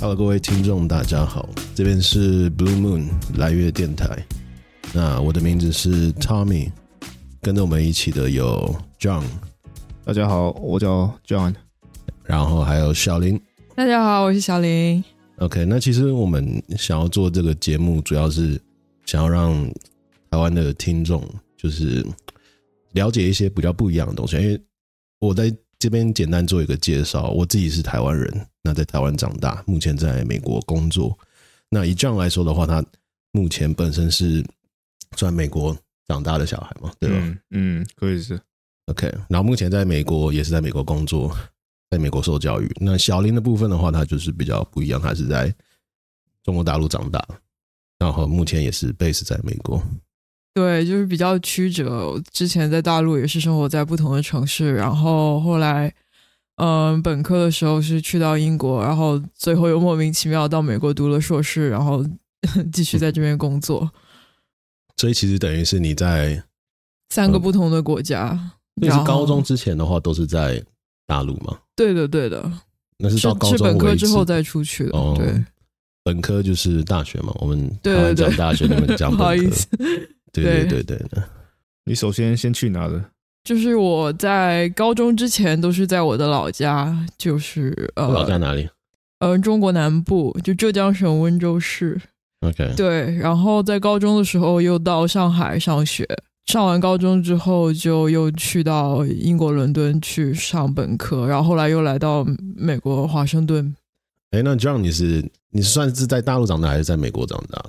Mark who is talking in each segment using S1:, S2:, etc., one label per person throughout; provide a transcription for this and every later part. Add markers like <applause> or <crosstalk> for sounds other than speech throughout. S1: Hello，各位听众，大家好，这边是 Blue Moon 来月电台。那我的名字是 Tommy，跟着我们一起的有 John，
S2: 大家好，我叫 John。
S1: 然后还有小林。
S3: 大家好，我是小林。
S1: OK，那其实我们想要做这个节目，主要是想要让台湾的听众就是了解一些比较不一样的东西。因为我在这边简单做一个介绍，我自己是台湾人，那在台湾长大，目前在美国工作。那以这样来说的话，他目前本身是算美国长大的小孩嘛，对吧？
S2: 嗯嗯，可以是。
S1: OK，然后目前在美国也是在美国工作，在美国受教育。那小林的部分的话，他就是比较不一样，他是在中国大陆长大，然后目前也是 base 在美国。
S3: 对，就是比较曲折。我之前在大陆也是生活在不同的城市，然后后来，嗯、本科的时候是去到英国，然后最后又莫名其妙到美国读了硕士，然后继续在这边工作，
S1: 嗯所以其实等于是你在，
S3: 三个不同的国家。
S1: 那
S3: 然
S1: 是
S3: 后
S1: 高中之前的话都是在大陆嘛？
S3: 对的，对的，
S1: 那是
S3: 是
S1: 到高
S3: 是本
S1: 中
S3: 科
S1: 为止
S3: 之后再出去的。
S1: 哦
S3: 对，
S1: 本科就是大学嘛？我们
S3: 对
S1: 台湾
S3: 对
S1: 讲
S3: 对
S1: 大学，你们讲
S3: 不
S1: 本
S3: 好意
S1: 科，
S3: 思，
S1: 对对对对对。
S2: 你首先先去哪的？
S3: 就是我在高中之前都是在我的老家，就是呃
S1: 老家哪里
S3: 呃，中国南部，就浙江省温州市。
S1: ？OK，
S3: 对，然后在高中的时候又到上海上学，上完高中之后就又去到英国伦敦去上本科，然后后来又来到美国华盛顿。
S1: 哎，那 John 你是你是算是在大陆长大还是在美国长大？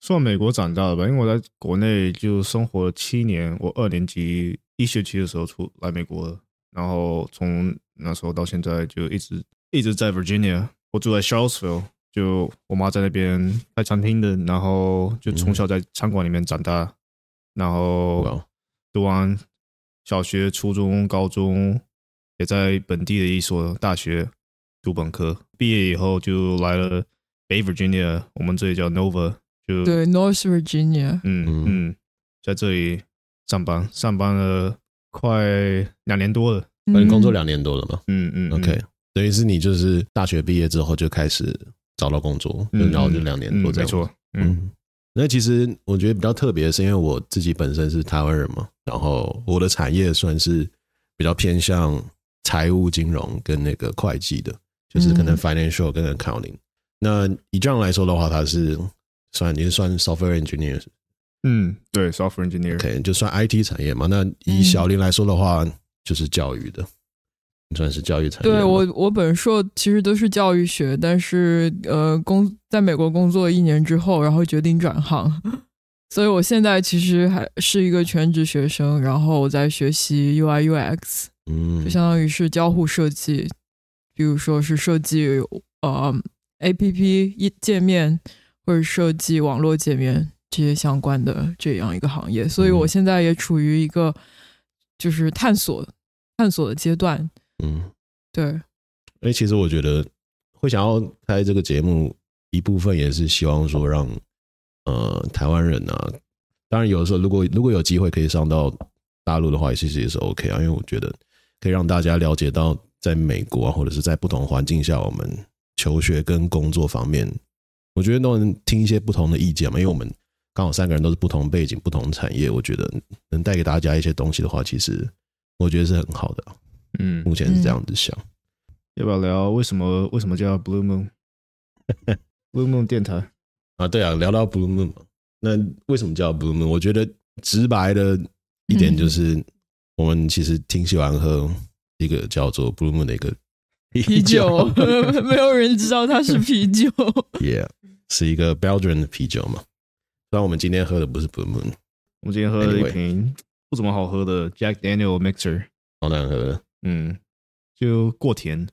S2: 算美国长大的吧，因为我在国内就生活了七年，我二年级一学期的时候出来美国的，然后从那时候到现在就一直一直在 Virginia，我住在 Charlottesville，就我妈在那边开餐厅的，然后就从小在餐馆里面长大，然后
S1: 哇
S2: 读完小学、初中、高中，也在本地的一所大学读本科。毕业以后就来了北 Virginia，我们这里叫 Nova，就
S3: 对，North Virginia。
S2: 嗯
S1: 嗯
S2: 嗯，在这里上班，上班了快两年多了。
S1: 那你工作
S3: 嗯
S1: 两年多了嘛？
S2: 嗯嗯嗯
S1: OK，等于是你就是大学毕业之后就开始找到工作，
S2: 嗯
S1: 然后就两年
S2: 嗯
S1: 多这
S2: 没
S1: 样。
S2: 错，嗯
S1: 嗯，那其实我觉得比较特别的是，因为我自己本身是台湾人嘛，然后我的产业算是比较偏向财务、金融跟那个会计的，就是可能
S3: 嗯
S1: financial 跟 accounting。那以这样来说的话，它是算你是算 software engineer
S2: 嗯，对，software engineer，
S1: OK，就算 IT 产业嘛。那以
S3: 嗯
S1: 小林来说的话，就是教育的，你算是教育产业嘛。
S3: 对我，我本硕其实都是教育学，但是呃，工在美国工作一年之后，然后决定转行， <laughs> 所以我现在其实还是一个全职学生，然后我在学习 UI UX，
S1: 嗯
S3: 就相当于是交互设计，比如说是设计呃 APP 一界面，或者设计网络界面这些相关的这样一个行业，所以我
S1: 嗯
S3: 现在也处于一个就是探索探索的阶段，
S1: 嗯，
S3: 对。
S1: 哎，其实我觉得会想要开这个节目，一部分也是希望说让呃台湾人啊，当然有的时候如果如果有机会可以上到大陆的话，其实也是 OK 啊，因为我觉得可以让大家了解到在美国啊，或者是在不同环境下，我们求学跟工作方面，我觉得都能听一些不同的意见嘛，因为我们刚好三个人都是不同背景、不同产业，我觉得能带给大家一些东西的话，其实我觉得是很好的啊，
S2: 嗯，
S1: 目前是这样子想。
S2: 要不要聊为什么为什么叫
S1: <laughs>
S2: Blue Moon？Blue Moon 电台，
S1: 啊，对啊，聊到 Blue Moon 嘛，那为什么叫 Blue Moon？我觉得直白的一点
S2: 嗯
S1: 就是，我们其实挺喜欢喝一个叫做 Blue Moon 的
S2: <laughs>
S1: 一个
S3: 啤酒， <laughs> 没有人知道它是
S1: <laughs>
S3: 啤酒。
S1: ，Yeah，是一个 Belgian 的啤酒嘛。虽然我们今天喝的不是 Blue Moon，
S2: 我们今天喝了
S1: Anyway
S2: 一瓶不怎么好喝的 Jack Daniel Mixer。
S1: 好难喝的，
S2: 嗯，就过甜，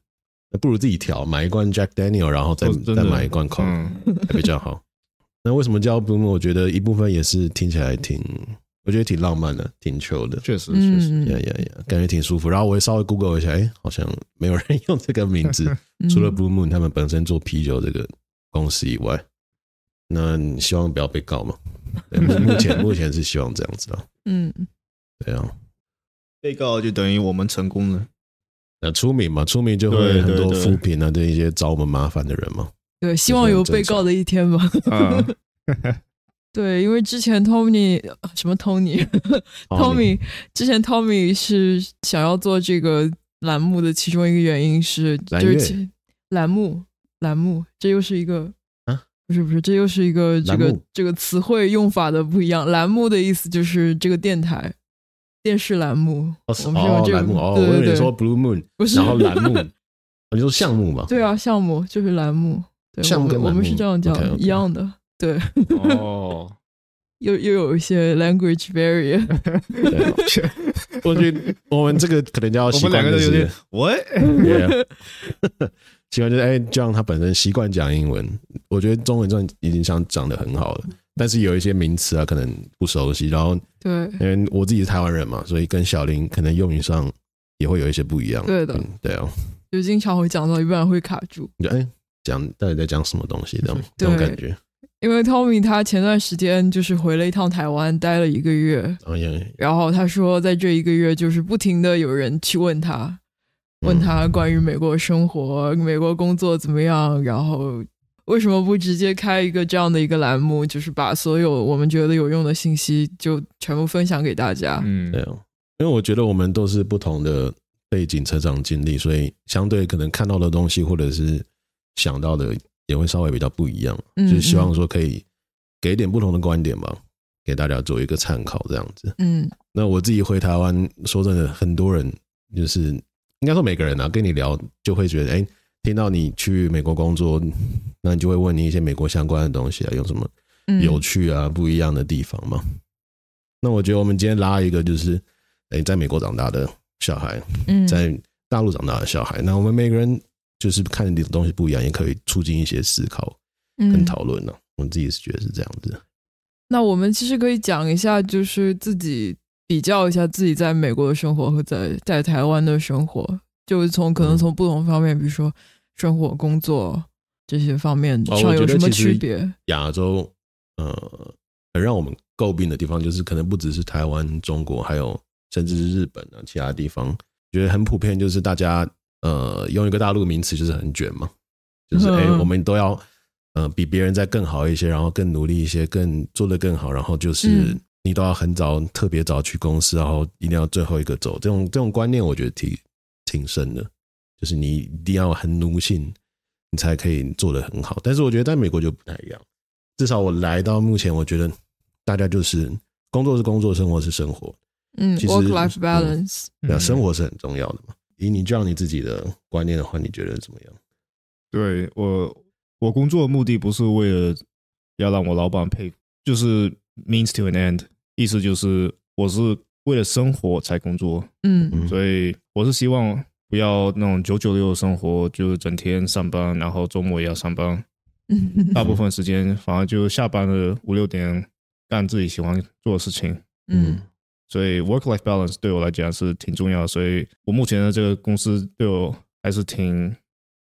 S1: 那不如自己调，买一罐 Jack Daniel，然后再、
S2: 哦真的
S1: 再买一罐 Coke，、
S2: 嗯
S1: 还比较好。那为什么叫 Blue Moon？我觉得一部分也是听起来挺，我觉得挺浪漫的，挺 chill 的。
S2: 确实确实，
S3: 嗯
S1: 呀呀呀，感觉挺舒服。然后我也稍微 Google 一下，哎，好像没有人用这个名字，
S3: 嗯
S1: 除了 Blue Moon 他们本身做啤酒这个公司以外，那你希望不要被告嘛？对目目前目前是希望这样子啊，
S3: 嗯，
S1: 对啊。
S2: 被告就等于我们成功了。
S1: 那出名嘛，出名就会
S2: 对对
S1: 很多
S2: 对
S1: 负评啊，对一些找我们麻烦的人嘛。
S3: 对，希望有
S1: 这是很
S3: 被
S1: 正常
S3: 告的一天吧。 <laughs>
S2: 啊，
S3: 对，因为之前 Tony 呃什么 Tony <laughs> Tommy 之前 Tommy 是想要做这个栏目的其中一个原因是，就
S1: 蓝
S3: 是
S1: 月
S3: 其栏目栏目，这又是一个
S1: 啊，
S3: 不是不是，这又是一个这
S1: 栏
S3: 个
S1: 目
S3: 这个词汇用法的不一样。栏目的意思就是这个电台电视栏目，
S1: 哦
S3: 我们是用
S1: 哦
S3: 这个
S1: 栏目哦，
S3: 对
S1: 我以
S3: 对
S1: 为
S3: 对，
S1: 你说 Blue Moon，
S3: 不是
S1: 然后栏目，哦你说项目吧？
S3: 对啊，项目就是栏目，对，
S1: 项目
S3: 我们
S1: 跟
S3: 我
S1: 栏
S3: 们是
S1: 目
S3: 这样讲
S1: OK，OK
S3: 一样的，对，
S2: 哦，
S3: 又又有一些 language barrier，
S1: <laughs> 对，
S3: <laughs>
S1: 我觉得我们这个可能就要
S2: 我
S1: 习
S2: 们
S1: 惯
S2: 两个
S1: 就
S2: 都有
S1: 是
S2: 点，喂，
S3: <laughs>
S1: Yeah 习惯就是哎，John 他本身习惯讲英文，我觉得中文算已经想讲的很好了，但是有一些名词啊可能不熟悉，然后
S3: 对
S1: 因为我自己是台湾人嘛，所以跟小林可能用语上也会有一些不一样。
S3: 对的
S1: 嗯，对啊，
S3: 就经常会讲到一半会卡住。
S1: 你就哎讲到底在讲什么东西这样这
S3: 对
S1: 种感觉，
S3: 因为 Tommy 他前段时间就是回了一趟台湾，待了一个月，
S1: 然后也
S3: 然后他说在这一个月就是不停的有人去问他，问
S1: 嗯
S3: 他关于美国生活、美国工作怎么样，然后为什么不直接开一个这样的一个栏目，就是把所有我们觉得有用的信息就全部分享给大家。
S2: 嗯
S1: 对，啊，因为我觉得我们都是不同的背景、成长经历，所以相对可能看到的东西或者是想到的也会稍微比较不一样，
S3: 嗯
S1: 就是希望说可以给点不同的观点吧，给大家做一个参考这样子。
S3: 嗯，
S1: 那我自己回台湾，说真的，很多人就是应该说每个人啊，跟你聊就会觉得，哎、听到你去美国工作，那你就会问你一些美国相关的东西啊，有什么
S3: 嗯
S1: 有趣啊、不一样的地方嘛？那我觉得我们今天拉一个就是，哎、在美国长大的小孩，
S3: 嗯
S1: 在大陆长大的小孩，那我们每个人就是看你的东西不一样，也可以促进一些思考跟
S3: 嗯
S1: 讨论呢、啊我自己是觉得是这样子，
S3: 那我们其实可以讲一下，就是自己比较一下自己在美国的生活和在在台湾的生活，就是从可能
S1: 嗯
S3: 从不同方面，比如说生活、工作这些方面
S1: 哦
S3: 上
S1: 我觉
S3: 有
S1: 得
S3: 什么
S1: 其实
S3: 区别？
S1: 亚洲，呃，很让我们诟病的地方，就是可能不只是台湾、中国，还有甚至是日本啊，其他地方，觉得很普遍，就是大家呃用一个大陆名词，就是很卷嘛，就是
S3: 嗯
S1: 哎、我们都要呃比别人再更好一些，然后更努力一些，更做得更好，然后就是。
S3: 嗯
S1: 你都要很早，特别早去公司，然后一定要最后一个走。这种这种观念，我觉得挺挺深的，就是你一定要很奴性，你才可以做得很好。但是我觉得在美国就不太一样，至少我来到目前，我觉得大家就是工作是工作，生活是生活，
S3: 嗯
S1: 其实
S3: ，work life
S1: 嗯
S3: balance，、
S1: 那、
S2: 嗯
S1: 生活是很重要的嘛。以你这样你自己的观念的话，你觉得怎么
S3: 嗯
S1: 样？
S2: 对我，我工作的目的不是为了要让我老板佩服，就是 means to an end，意思就是我是为了生活才工作，
S3: 嗯
S1: 嗯
S2: 所以我是希望不要那种九九六的生活，就是整天上班，然后周末也要上班，
S3: <laughs> 嗯
S2: 大部分时间反而就下班了五六点干自己喜欢做的事情。
S3: 嗯
S2: 所以 work life balance 对我来讲是挺重要的，所以我目前的这个公司对我还是挺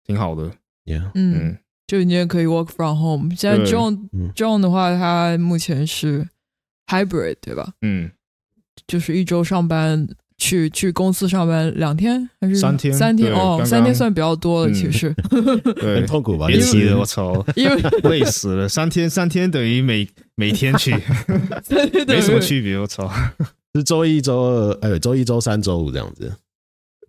S2: 挺好的，
S1: ，Yeah，
S3: 嗯，
S2: 嗯
S3: 就你也可以 work from home。现在
S2: 对
S3: John
S1: 嗯
S3: John 的话，他目前是 hybrid 对吧？
S2: 嗯，
S3: 就是一周上班去去公司上班两天还是
S2: 三天
S3: 三天
S2: 对
S3: 哦
S2: 刚，刚
S3: 三天算比较多了，
S2: 嗯
S3: 其实， <laughs>
S2: 对
S1: 很，痛苦吧？
S2: 别
S1: 就
S2: 提
S1: 是
S2: 啊了，我操，
S3: 因为
S2: 累死了！ <laughs> 三天三天等于每每天 <laughs> 去，
S3: <laughs> 三天等
S2: 没
S3: 于
S2: 什么区别，我操！
S1: 是周一、周二，哎，周一、周三、周五这样子。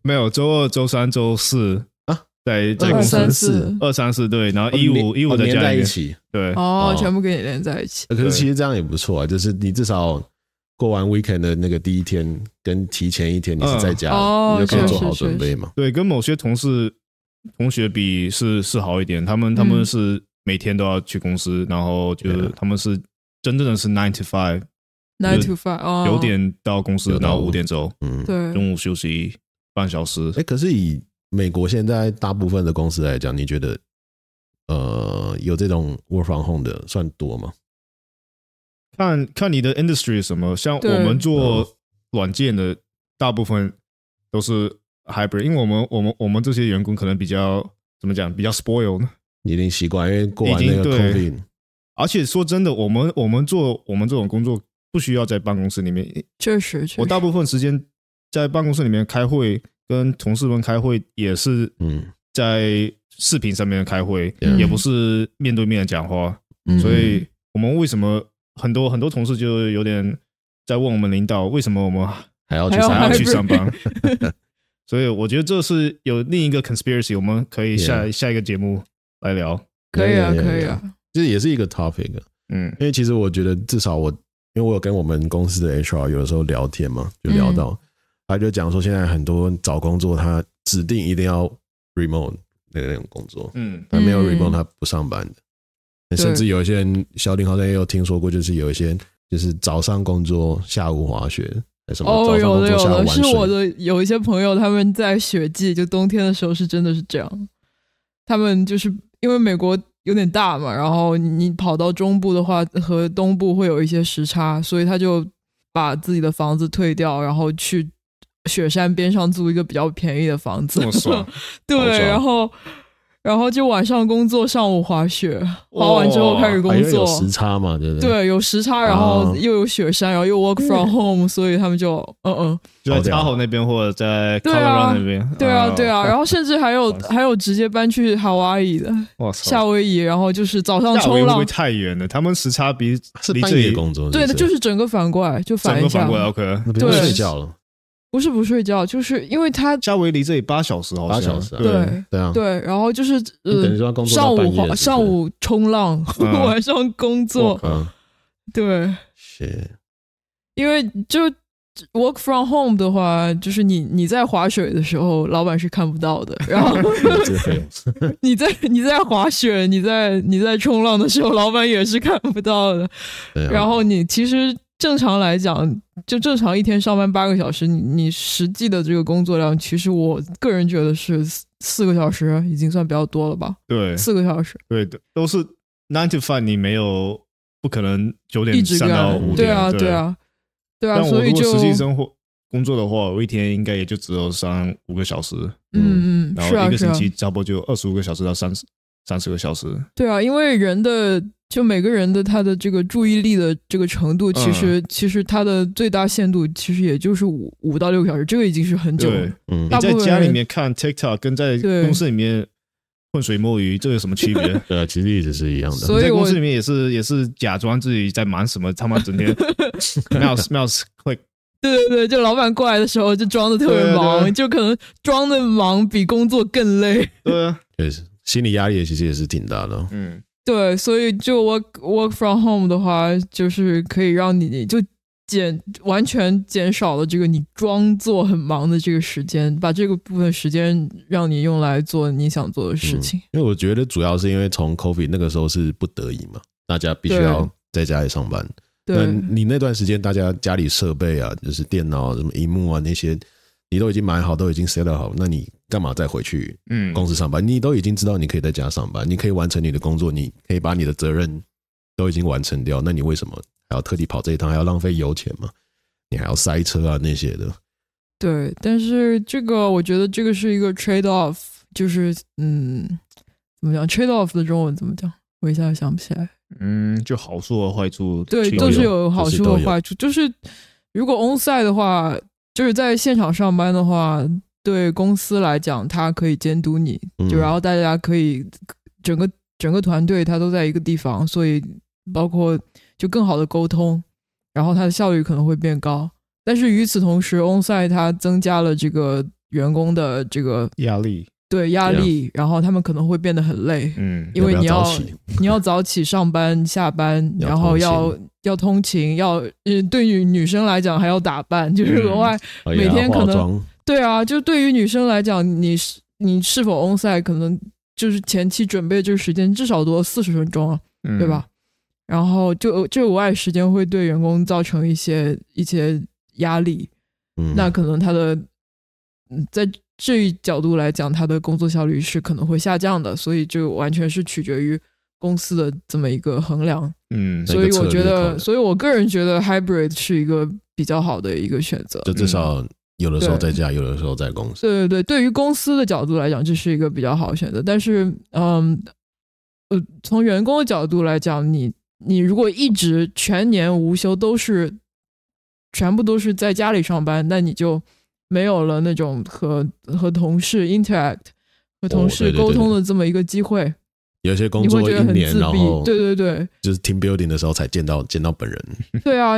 S2: 没有，周二、周三、周四
S1: 啊，
S2: 在在
S1: 二
S2: 公
S3: 二
S2: 司
S3: 三
S1: 三
S3: 四
S1: 四
S2: 二三四对，然后一五
S1: 哦
S2: 一五
S1: 哦
S2: 在
S1: 连
S2: 家
S1: 在
S2: 里
S1: 一
S2: 面，
S1: 起，
S2: 对，
S3: 哦
S1: 哦，
S3: 全部给你连在一起。
S1: 呃可是
S2: 对
S1: 其实这样也不错啊，就是你至少过完 weekend 的那个第一天跟提前一天你是在家，
S3: 嗯哦
S1: 你就可以做好
S3: 是是
S1: 准备嘛。
S2: 对，跟某些同事同学比是是好一点，他们他
S3: 嗯
S2: 们是每天都要去公司，然后就
S1: 对
S2: 是
S1: 啊
S2: 他们是真正的是 nine to five，
S3: Nine to five，哦，
S2: 九点到公司
S1: 九，到
S2: 然后
S1: 五
S2: 五点走，
S1: 嗯，
S3: 对，
S2: 中午休息半小时
S1: 哎、。可是以美国现在大部分的公司来讲，你觉得呃有这种 work from home 的算多吗？
S2: 看看你的 industry 是什么，像
S3: 对
S2: 我们
S1: 嗯
S2: 做软件的，大部分都是 hybrid，因为我们我们我们这些员工可能比较怎么讲，比较 spoiled 呢。
S1: 你已经习惯，因为过完
S2: 已
S1: 那
S2: 经
S1: 个
S2: 对
S1: COVID，
S2: 而且说真的，我们我们做我们这种工作不需要在办公室里面，
S3: 确实，确
S2: 我
S3: 实，
S2: 大部分时间在办公室里面开会，跟同事们开会也是
S1: 嗯，
S2: 在视频上面开会，
S1: Yeah
S2: 也不是面对面的讲话，
S3: 嗯
S2: 所以我们为什么很多很多同事就有点在问我们领导，为什么我们
S1: 还要去
S3: 还要
S1: 上
S2: 还
S1: 班
S2: 要
S3: 还
S2: 去
S3: 不
S2: 上班？
S1: <laughs>
S2: 所以我觉得这是有另一个 conspiracy，我们可以下
S1: Yeah
S2: 下一个节目来聊。
S3: 可以啊，
S1: Yeah, yeah,
S3: 可以
S1: yeah,
S3: 啊
S1: yeah.，这也是一个 topic，啊
S2: 嗯
S1: 因为其实我觉得至少我，因为我有跟我们公司的 HR 有的时候聊天嘛，就聊
S3: 嗯
S1: 到，他就讲说现在很多找工作他指定一定要 remote 那那种工作，
S2: 嗯
S1: 他没有
S3: 嗯
S1: remote 他不上班的，甚至有一些人，小林好像也有听说过，就是有一些就是早上工作，下午滑雪，还是什么、
S3: 哦，
S1: 早上
S3: 有
S1: 工
S3: 的
S1: 作
S3: 有
S1: 下
S3: 的，
S1: 午玩
S3: 是
S1: 水，
S3: 我的有一些朋友他们在雪季，就冬天的时候是真的是这样，他们就是因为美国有点大嘛，然后你跑到中部的话和东部会有一些时差，所以他就把自己的房子退掉，然后去雪山边上租一个比较便宜的房子，
S2: 这么爽，
S3: 对
S1: 好，爽
S3: 然后然后就晚上工作，上午滑雪， <laughs> 滑完之后开始工
S1: 啊因为
S3: 作，
S1: 有时差嘛，对不对？
S3: 对，有时差，然后
S1: 啊
S3: 又有雪山，然后又 work from home，、所以他们就嗯嗯，
S2: 就在
S1: 好屌
S2: 嘉豪那边或者在
S3: 对啊
S2: Colorado 那边。
S3: 对啊
S1: <laughs>
S3: 对啊，然后甚至还有
S2: 哇塞
S3: 还有直接搬去夏威夷的
S2: 哇塞，
S3: 夏威夷，然后就是早上
S2: 夏威夷会
S3: 冲
S2: 不
S3: 浪
S2: 会，太远了？他们时差比
S1: 是
S2: 离
S1: 半
S2: 这
S1: 夜
S2: 里
S1: 工作，
S3: 对的，就是是整个反过来就
S2: 整
S3: 反一
S2: 个
S3: 下
S2: 反，过来 OK。
S1: 那不用
S3: 对
S1: 睡觉了，
S3: 不是不睡觉，就是因为他
S2: 夏威夷离这里八小时，好像
S1: 八小时啊
S2: 对，
S3: 对
S1: <laughs> 对啊，
S3: 对，然后就是
S1: 你等于
S3: 呃。
S1: 说要工作
S3: 上
S1: 到半
S3: 午
S1: 夜是不
S3: 滑，
S1: 是啊
S3: 上午冲浪，
S2: 嗯
S3: <laughs> 晚上工作，
S1: 嗯，
S3: 对，
S1: <laughs> 是
S3: 因为就 work from home 的话，就是你你在滑雪的时候，老板是看不到的。然后
S1: 这费用。
S3: 你在你在滑雪，你在你在冲浪的时候，老板也是看不到的。
S1: 对啊
S3: 然后你其实正常来讲，就正常一天上班八个小时，你你实际的这个工作量，其实我个人觉得是四四个小时已经算比较多了吧，
S2: 对
S3: 四个小时。
S2: 对的，都是 nine to five，你没有不可能九
S3: 一
S2: 点
S3: 直
S2: 上到
S3: 干
S2: 五，点，
S3: 对啊，
S2: 对
S3: 对。啊，对啊，
S2: 但我
S3: 所以
S2: 如果
S3: 就
S2: 实际生活工作的话，我一天应该也就只有上五个小时，
S3: 嗯嗯，
S2: 然
S3: 是
S2: 后
S3: 啊
S2: 一个
S3: 是
S2: 星
S3: 啊，
S2: 期差不多就二十五个小时到三十三十个小时。
S3: 对啊，因为人的就每个人的他的这个注意力的这个程度，
S2: 嗯
S3: 其实、其实他的最大限度其实也就是五五到六个小时，这个已经是很久
S2: 对
S3: 了。，
S1: 嗯
S3: 大
S2: 你
S3: 部
S2: 在
S3: 分
S2: 家里
S3: 人
S2: 面看 TikTok 跟在
S3: 对
S2: 公司里面浑水摸鱼，这有什么区
S3: <laughs>
S2: 别？
S1: 对啊，其实一直是一样的。
S3: 所以
S2: 在公
S3: 我
S2: 司里面也是也是假装自己在忙什么，他妈整
S3: <laughs>
S2: 天 mouse mouse click
S3: 对对对，就老板过来的时候就装的特
S2: 对
S3: 别
S2: 啊
S3: 忙，
S2: 对啊
S3: 就可能装的忙比工作更累。
S2: 对啊，
S1: 确实，心理压力也其实也是挺大的哦。
S2: 嗯，
S3: 对，所以就 work work from home 的话，就是可以让你就减完全减少了这个你装作很忙的这个时间，把这个部分时间让你用来做你想做的
S2: 嗯
S3: 事情。
S1: 嗯因为我觉得主要是因为从 COVID 那个时候是不得已嘛，大家必须要在家里上班。那
S3: 对，
S1: 你那段时间，大家家里设备啊，就是电脑啊、什么荧幕啊那些，你都已经买好，都已经 set up 好，那你干嘛再回去
S2: 嗯，
S1: 公司上班？你都已经知道你可以在家上班，你可以完成你的工作，你可以把你的责任都已经完成掉，那你为什么还要特地跑这一趟，还要浪费油钱嘛？你还要塞车啊那些的，
S3: 对，但是这个我觉得这个是一个 trade off，就是嗯，怎么讲 trade off 的中文怎么讲？我一下想不起来。
S2: 嗯，就好处和坏处
S3: 对，
S2: 去
S3: 都是
S2: 有
S3: 有好
S1: 就是
S3: 处
S1: 都
S3: 和
S1: 有
S3: 坏处。就是如果 onsite 的话，就是在现场上班的话，对公司来讲，它可以监督你，
S1: 嗯
S3: 就然后大家可以整个整个团队它都在一个地方，所以包括就更好的沟通，然后它的效率可能会变高。但是与此同时，onsite 它增加了这个员工的这个
S2: 压力，
S3: 对压
S1: 对啊
S3: 力，然后他们可能会变得很累，
S2: 嗯，
S3: 因为
S1: 要不
S3: 你
S1: 要
S3: 要
S1: 早起哦
S3: 你要早起上班、下班，
S1: 要
S3: 然后
S1: 通勤
S3: 要要通勤，要呃，对于女生来讲还要打扮，就是
S2: 嗯
S3: 额外、
S1: 哎呀
S3: 每天可
S1: 化
S3: 能
S1: 妆
S3: 对啊，就对于女生来讲，你是你是否 onsite 可能就是前期准备这个时间至少多四十分钟啊，
S2: 嗯
S3: 对吧？？然后就这额外时间会对员工造成一些一些压力，
S1: 嗯
S3: 那可能他的嗯在这一角度来讲，他的工作效率是可能会下降的，所以就完全是取决于公司的这么一个衡量。
S2: 嗯，
S1: 那
S3: 所
S1: 个
S3: 以
S1: 策
S3: 我
S1: 略
S3: 觉
S1: 考
S3: 得，
S1: 量
S3: 所以我个人觉得 hybrid 是一个比较好的一个选择。
S1: 就至少有的时候
S3: 嗯对
S1: 在家，有的时候在公司。
S3: 对对对，对于公司的角度来讲，这是一个比较好的选择。但是，嗯，呃，从员工的角度来讲，你你如果一直全年无休都是全部都是在家里上班，那你就没有了那种和和同事 interact 和同
S1: 哦
S3: 事
S1: 对对对
S3: 沟通的这么一个机会，
S1: 有些工
S3: 你
S1: 作
S3: 会觉
S1: 一
S3: 得很
S1: 年，
S3: 自
S1: 然
S3: 闭。
S1: 后
S3: 对对对，
S1: 就是 team building 的时候才见到见到本人，
S3: 对啊，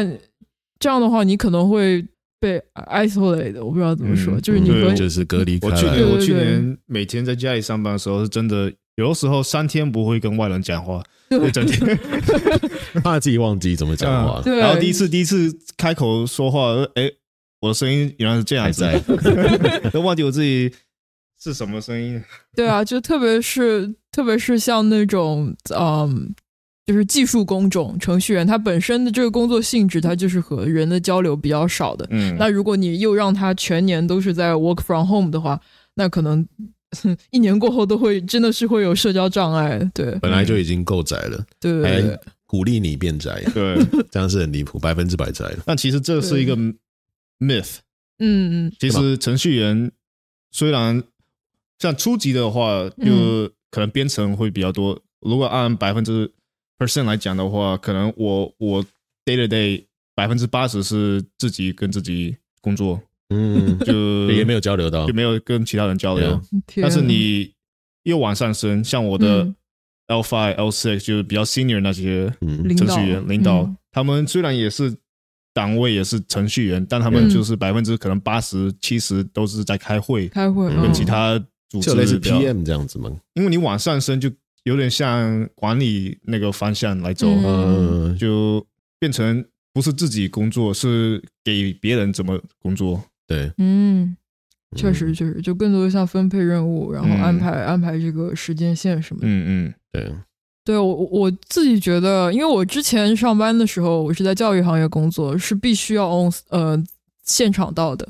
S3: 这样的话你可能会被 isolate，我不知道怎么说，
S2: 嗯
S3: <laughs> 就是你
S2: 对
S3: 和
S2: 我
S1: 就是隔离开
S2: 我去
S1: 来
S2: 年
S1: 了。
S2: 我去
S3: 对对
S2: 年每天在家里上班的时候，是真的有的时候三天不会跟外人讲话，
S3: <laughs> 对
S2: 一整天。
S1: 怕自己忘记怎么讲话，
S3: 对，
S2: 然后第一次第一次开口说话，哎，我的声音原来是这样子
S1: 还，
S2: <laughs> 都忘记我自己是什么声音。
S3: 对啊，就特别是特别是像那种嗯，就是技术工种，程序员他本身的这个工作性质，它就是和人的交流比较少的。
S2: 嗯，
S3: 那如果你又让他全年都是在 work from home 的话，那可能 <laughs> 哼一年过后都会真的是会有社交障碍。对
S1: 本来就已经够宅了，
S3: 对
S2: 哎
S3: 对对
S1: 还鼓励你变宅，
S2: 对，
S1: 这样是很离谱，百分之百宅了。
S2: 但其实这是一个 myth。
S3: 嗯嗯
S2: 其实程序员虽然像初级的话，就可能编程会比较多。如果按百分之 percent 来讲的话，可能我我 day to day 百分之八十是自己跟自己工作，
S1: 嗯，<laughs>
S2: 就
S1: 也没有交流到
S2: 就，没有跟其他人交
S1: 对
S2: 流
S1: 啊。
S3: 嗯天
S2: 但是
S3: 哪
S2: 你又往上升，像我的
S3: 嗯
S2: L five、L six 就是比较 senior 那些
S1: 嗯
S3: 领
S2: 程
S3: 导
S2: 序员领导，
S3: 嗯
S2: 他们虽然也是党位也是程序员，但他们
S3: 嗯
S2: 就是百分之可能八十七十都是在开会，
S3: 开会
S1: 嗯
S2: 跟
S3: 嗯
S2: 其他组织
S1: 就类似
S2: 比较
S1: PM 这样子吗？
S2: 因为你往上升就有点像管理那个方向来走，呃
S3: 嗯
S1: 嗯，
S2: 就变成不是自己工作，是给别人怎么工作。
S1: 对，
S3: 嗯。确实，
S1: 嗯
S3: 确实，就更多的像分配任务，然后安
S2: 嗯
S3: 排、安排这个时间线什么的。
S2: 嗯嗯
S1: 对，
S3: 对我我我自己觉得，因为我之前上班的时候，我是在教育行业工作，是必须要 on 呃现场到的，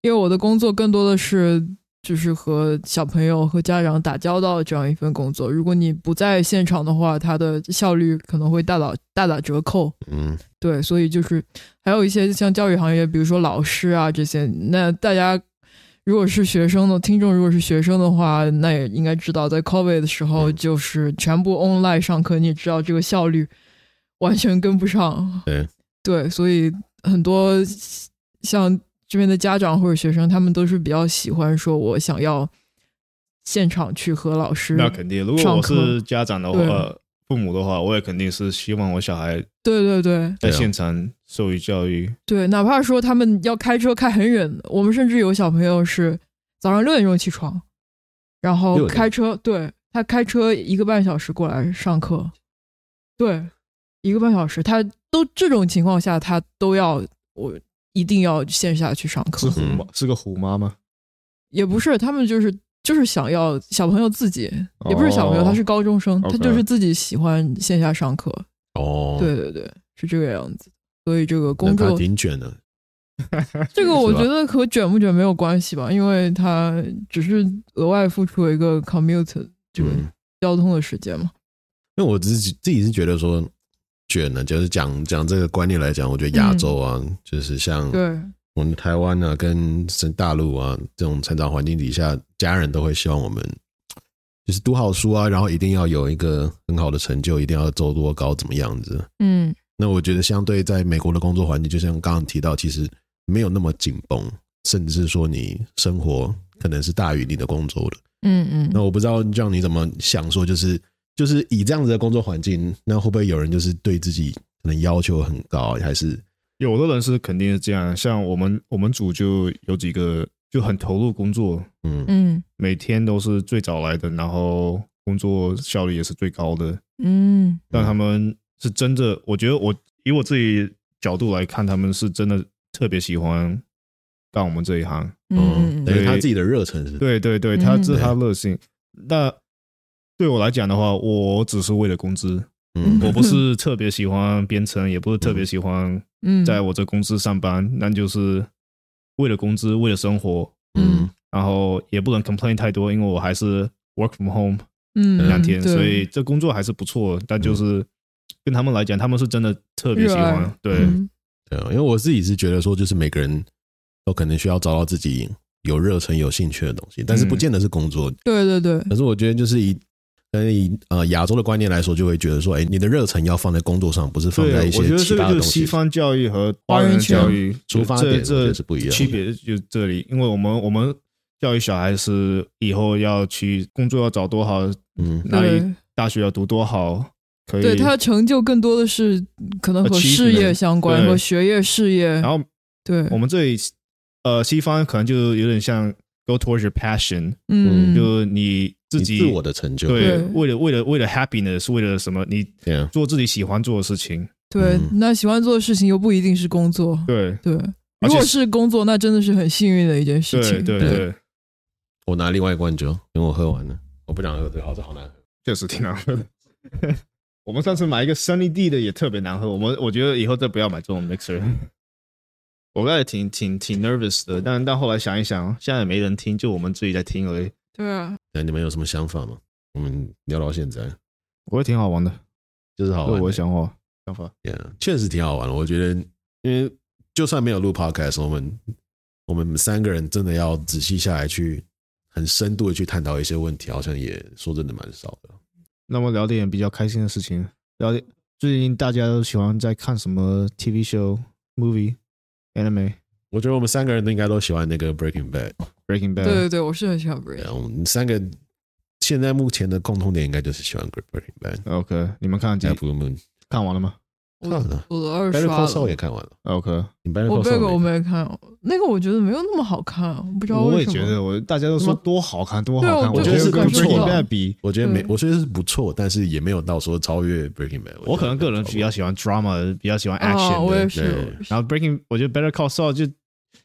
S3: 因为我的工作更多的是就是和小朋友和家长打交道这样一份工作。如果你不在现场的话，它的效率可能会大打大打折扣。
S1: 嗯，
S3: 对，所以就是还有一些像教育行业，比如说老师啊这些，那大家如果是学生的听众，如果是学生的话，那也应该知道，在 COVID 的时候，
S1: 嗯
S3: 就是全部 online 上课，你也知道这个效率完全跟不上。
S1: 对
S3: 对，所以很多像这边的家长或者学生，他们都是比较喜欢说，我想要现场去和老师
S2: 嗯，那肯定。如果
S3: 上
S2: 我
S3: 课
S2: 是家长的话，
S3: 对
S2: 呃父母的话，我也肯定是希望我小孩
S3: 对对对，
S2: 在
S1: 对啊
S2: 现场受于教育。
S3: 对，哪怕说他们要开车开很远，我们甚至有小朋友是早上六点钟起床，然后
S1: 6点
S3: 开车，对他开车一个半小时过来上课，对，一个半小时，他都这种情况下，他都要我一定要线下去上
S2: 是
S3: 课，
S2: 虎妈，是个虎妈吗？
S3: 也不是他们就是就是想要小朋友自己，也不是小朋友，
S2: 哦
S3: 他是高中生，他
S2: OK
S3: 就是自己喜欢线下上课，
S1: 哦，
S3: 对，对对，是这个样子，所以这个
S1: 那
S3: 工
S1: 他
S3: 作
S1: 挺卷的，
S3: 这个我
S1: 是吧
S3: 觉得和卷不卷没有关系吧，因为他只是额外付出了一个 commute 这个
S1: 嗯，
S3: 交通的时间嘛。
S1: 因为我自己自己是觉得说卷呢，就是讲讲这个观念来讲，我觉得亚洲啊，就是像
S2: 嗯
S3: 对，
S1: 我们台湾啊，跟甚至大陆啊这种成长环境底下，家人都会希望我们就是读好书啊，然后一定要有一个很好的成就，一定要走多高，怎么样子。
S3: 嗯
S1: 那我觉得，相对在美国的工作环境，就像刚刚提到，其实没有那么紧绷，甚至是说你生活可能是大于你的工作的。
S3: 嗯嗯，
S1: 那我不知道这样你怎么想说，就是就是以这样子的工作环境，那会不会有人就是对自己可能要求很高，还是
S2: 有的人是肯定是这样，像我们我们组就有几个就很投入工作，
S1: 嗯
S3: 嗯
S2: 每天都是最早来的，然后工作效率也是最高的。
S3: 嗯
S2: 但他们是真的，我觉得我以我自己角度来看，他们是真的特别喜欢干我们这一行。
S3: 嗯
S1: 哦等
S3: 嗯
S1: 于他自己的热忱是
S2: 对对对，
S3: 嗯
S2: 他这是他热心。那对我来讲的话，我只是为了工资，
S1: 嗯
S2: 我不是特别喜欢编程，也不是特别喜欢
S3: 嗯，
S2: 在我这公司上班，那就是为了工资，为了生活，
S1: 嗯
S2: 然后也不能 complain 太多，因为我还是 work from home
S3: 嗯
S2: 两天，
S3: 对嗯
S2: 所以这工作还是不错。但就是跟他们来讲，他们是真的特别喜
S3: 热
S2: 欢
S3: 爱，
S2: 对，
S3: 嗯
S1: 对啊，因为我自己是觉得说，就是每个人都可能需要找到自己有热忱、有兴趣的东西，但
S2: 嗯
S1: 是不见得是工作。
S3: 对对对，
S1: 可是我觉得就是以。但是以呃亚洲的观念来说，就会觉得说，哎，你的热忱要放在工作上，不是放在
S2: 对
S1: 一，
S2: 我觉
S1: 些
S2: 得
S1: 其
S2: 这
S1: 他的
S2: 个就是
S1: 东
S2: 西
S1: 西。
S2: 方教育和华
S3: 华人
S2: 人
S3: 圈
S2: 教育
S1: 出发
S2: 这
S1: 点我觉
S2: 这
S1: 得是不一样的
S2: 区别就这里，因为我们我们教育小孩是以后要去工作要找多好，
S1: 嗯
S2: 哪里
S3: 对
S2: 大学要读多好，可以。
S3: 对他的成就更多的是可能和
S2: Achievement，
S3: 事业相关，
S2: 对
S3: 和学业、事业
S2: 然。后
S3: 对，
S2: 我们这里，呃，西方可能就有点像 go towards your passion，、
S3: 嗯，
S2: 就你自己
S1: 你自我的成就，
S2: 对，
S3: 对
S2: 为了为了为了 happiness，为了什么，你
S1: 对啊，
S2: 做自己喜欢做的事情，
S3: 对
S1: 嗯。
S3: 那喜欢做的事情又不一定是工作，
S2: 对
S3: 对。
S2: 而且
S3: 如果是工作，那真的是很幸运的一件事
S2: 对
S3: 情。
S2: 对
S1: 对
S2: 对，
S1: 我拿另外一罐酒，因为我喝完了，我不想喝这个，好这好难喝。
S2: 确实挺难喝的。 <laughs> 我们上次买一个 Sunny D 的也特别难喝，我们我觉得以后再不要买这种 mixer。我刚才挺挺挺 nervous 的，但但后来想一想，现在也没人听，就我们自己在听而已，
S3: 对啊，
S1: 那你们有什么想法吗？我们聊到现在，
S2: 我觉得挺好玩的，
S1: 就是好
S2: 这
S1: 玩
S2: 是我
S1: 的
S2: 的想法想法。
S1: Yeah，确实挺好玩的。我觉得，因为就算没有录 podcast，我们我们三个人真的要仔细下来去很深度的去探讨一些问题，好像也说真的蛮少的。
S2: 那么聊点比较开心的事情，聊点最近大家都喜欢在看什么 TV show、movie、anime、
S1: 我觉得我们三个人都应该都喜欢那个 Breaking Bad。
S2: Breaking
S3: 对
S2: Bad。
S3: 对对，我是很喜欢 Brain
S1: 对。啊，我们三个现在目前的共同点应该就是喜欢 Breaking Bad。
S2: OK，你们看几
S3: 哎
S1: 加 Blue Moon
S2: 看完了吗
S3: 我
S1: 看了
S3: 我的二
S1: ，Better
S3: 刷
S1: Call Saul
S3: 了
S1: 也，看完了。
S2: ？OK，
S1: 你 Better
S3: 我
S1: Call
S3: 这个
S1: Saul
S3: 我
S1: 没看
S3: 没看，那个我觉得没有那么好看，我不知道
S2: 我
S3: 为
S2: 也
S3: 什么。
S2: 觉得，我大家都说
S1: 是吗
S2: 多好看，多
S3: 对啊
S2: 好看，
S3: 我
S1: 觉
S2: 觉
S1: 得
S2: 得
S1: 是
S2: 跟
S1: 感受
S2: Breaking
S1: 到
S2: Bad 比，
S1: 我觉得没，
S3: 对
S1: 我觉得是不错，但是也没有到说超越 Breaking Bad 觉得蛮超过。
S2: 我可能个人比较喜欢 drama，比较喜欢
S3: 啊，
S2: action
S3: 我也
S2: 的。
S3: 是，
S1: 对
S3: 我也是
S2: 然后 Breaking，我觉得 Better Call Saul 就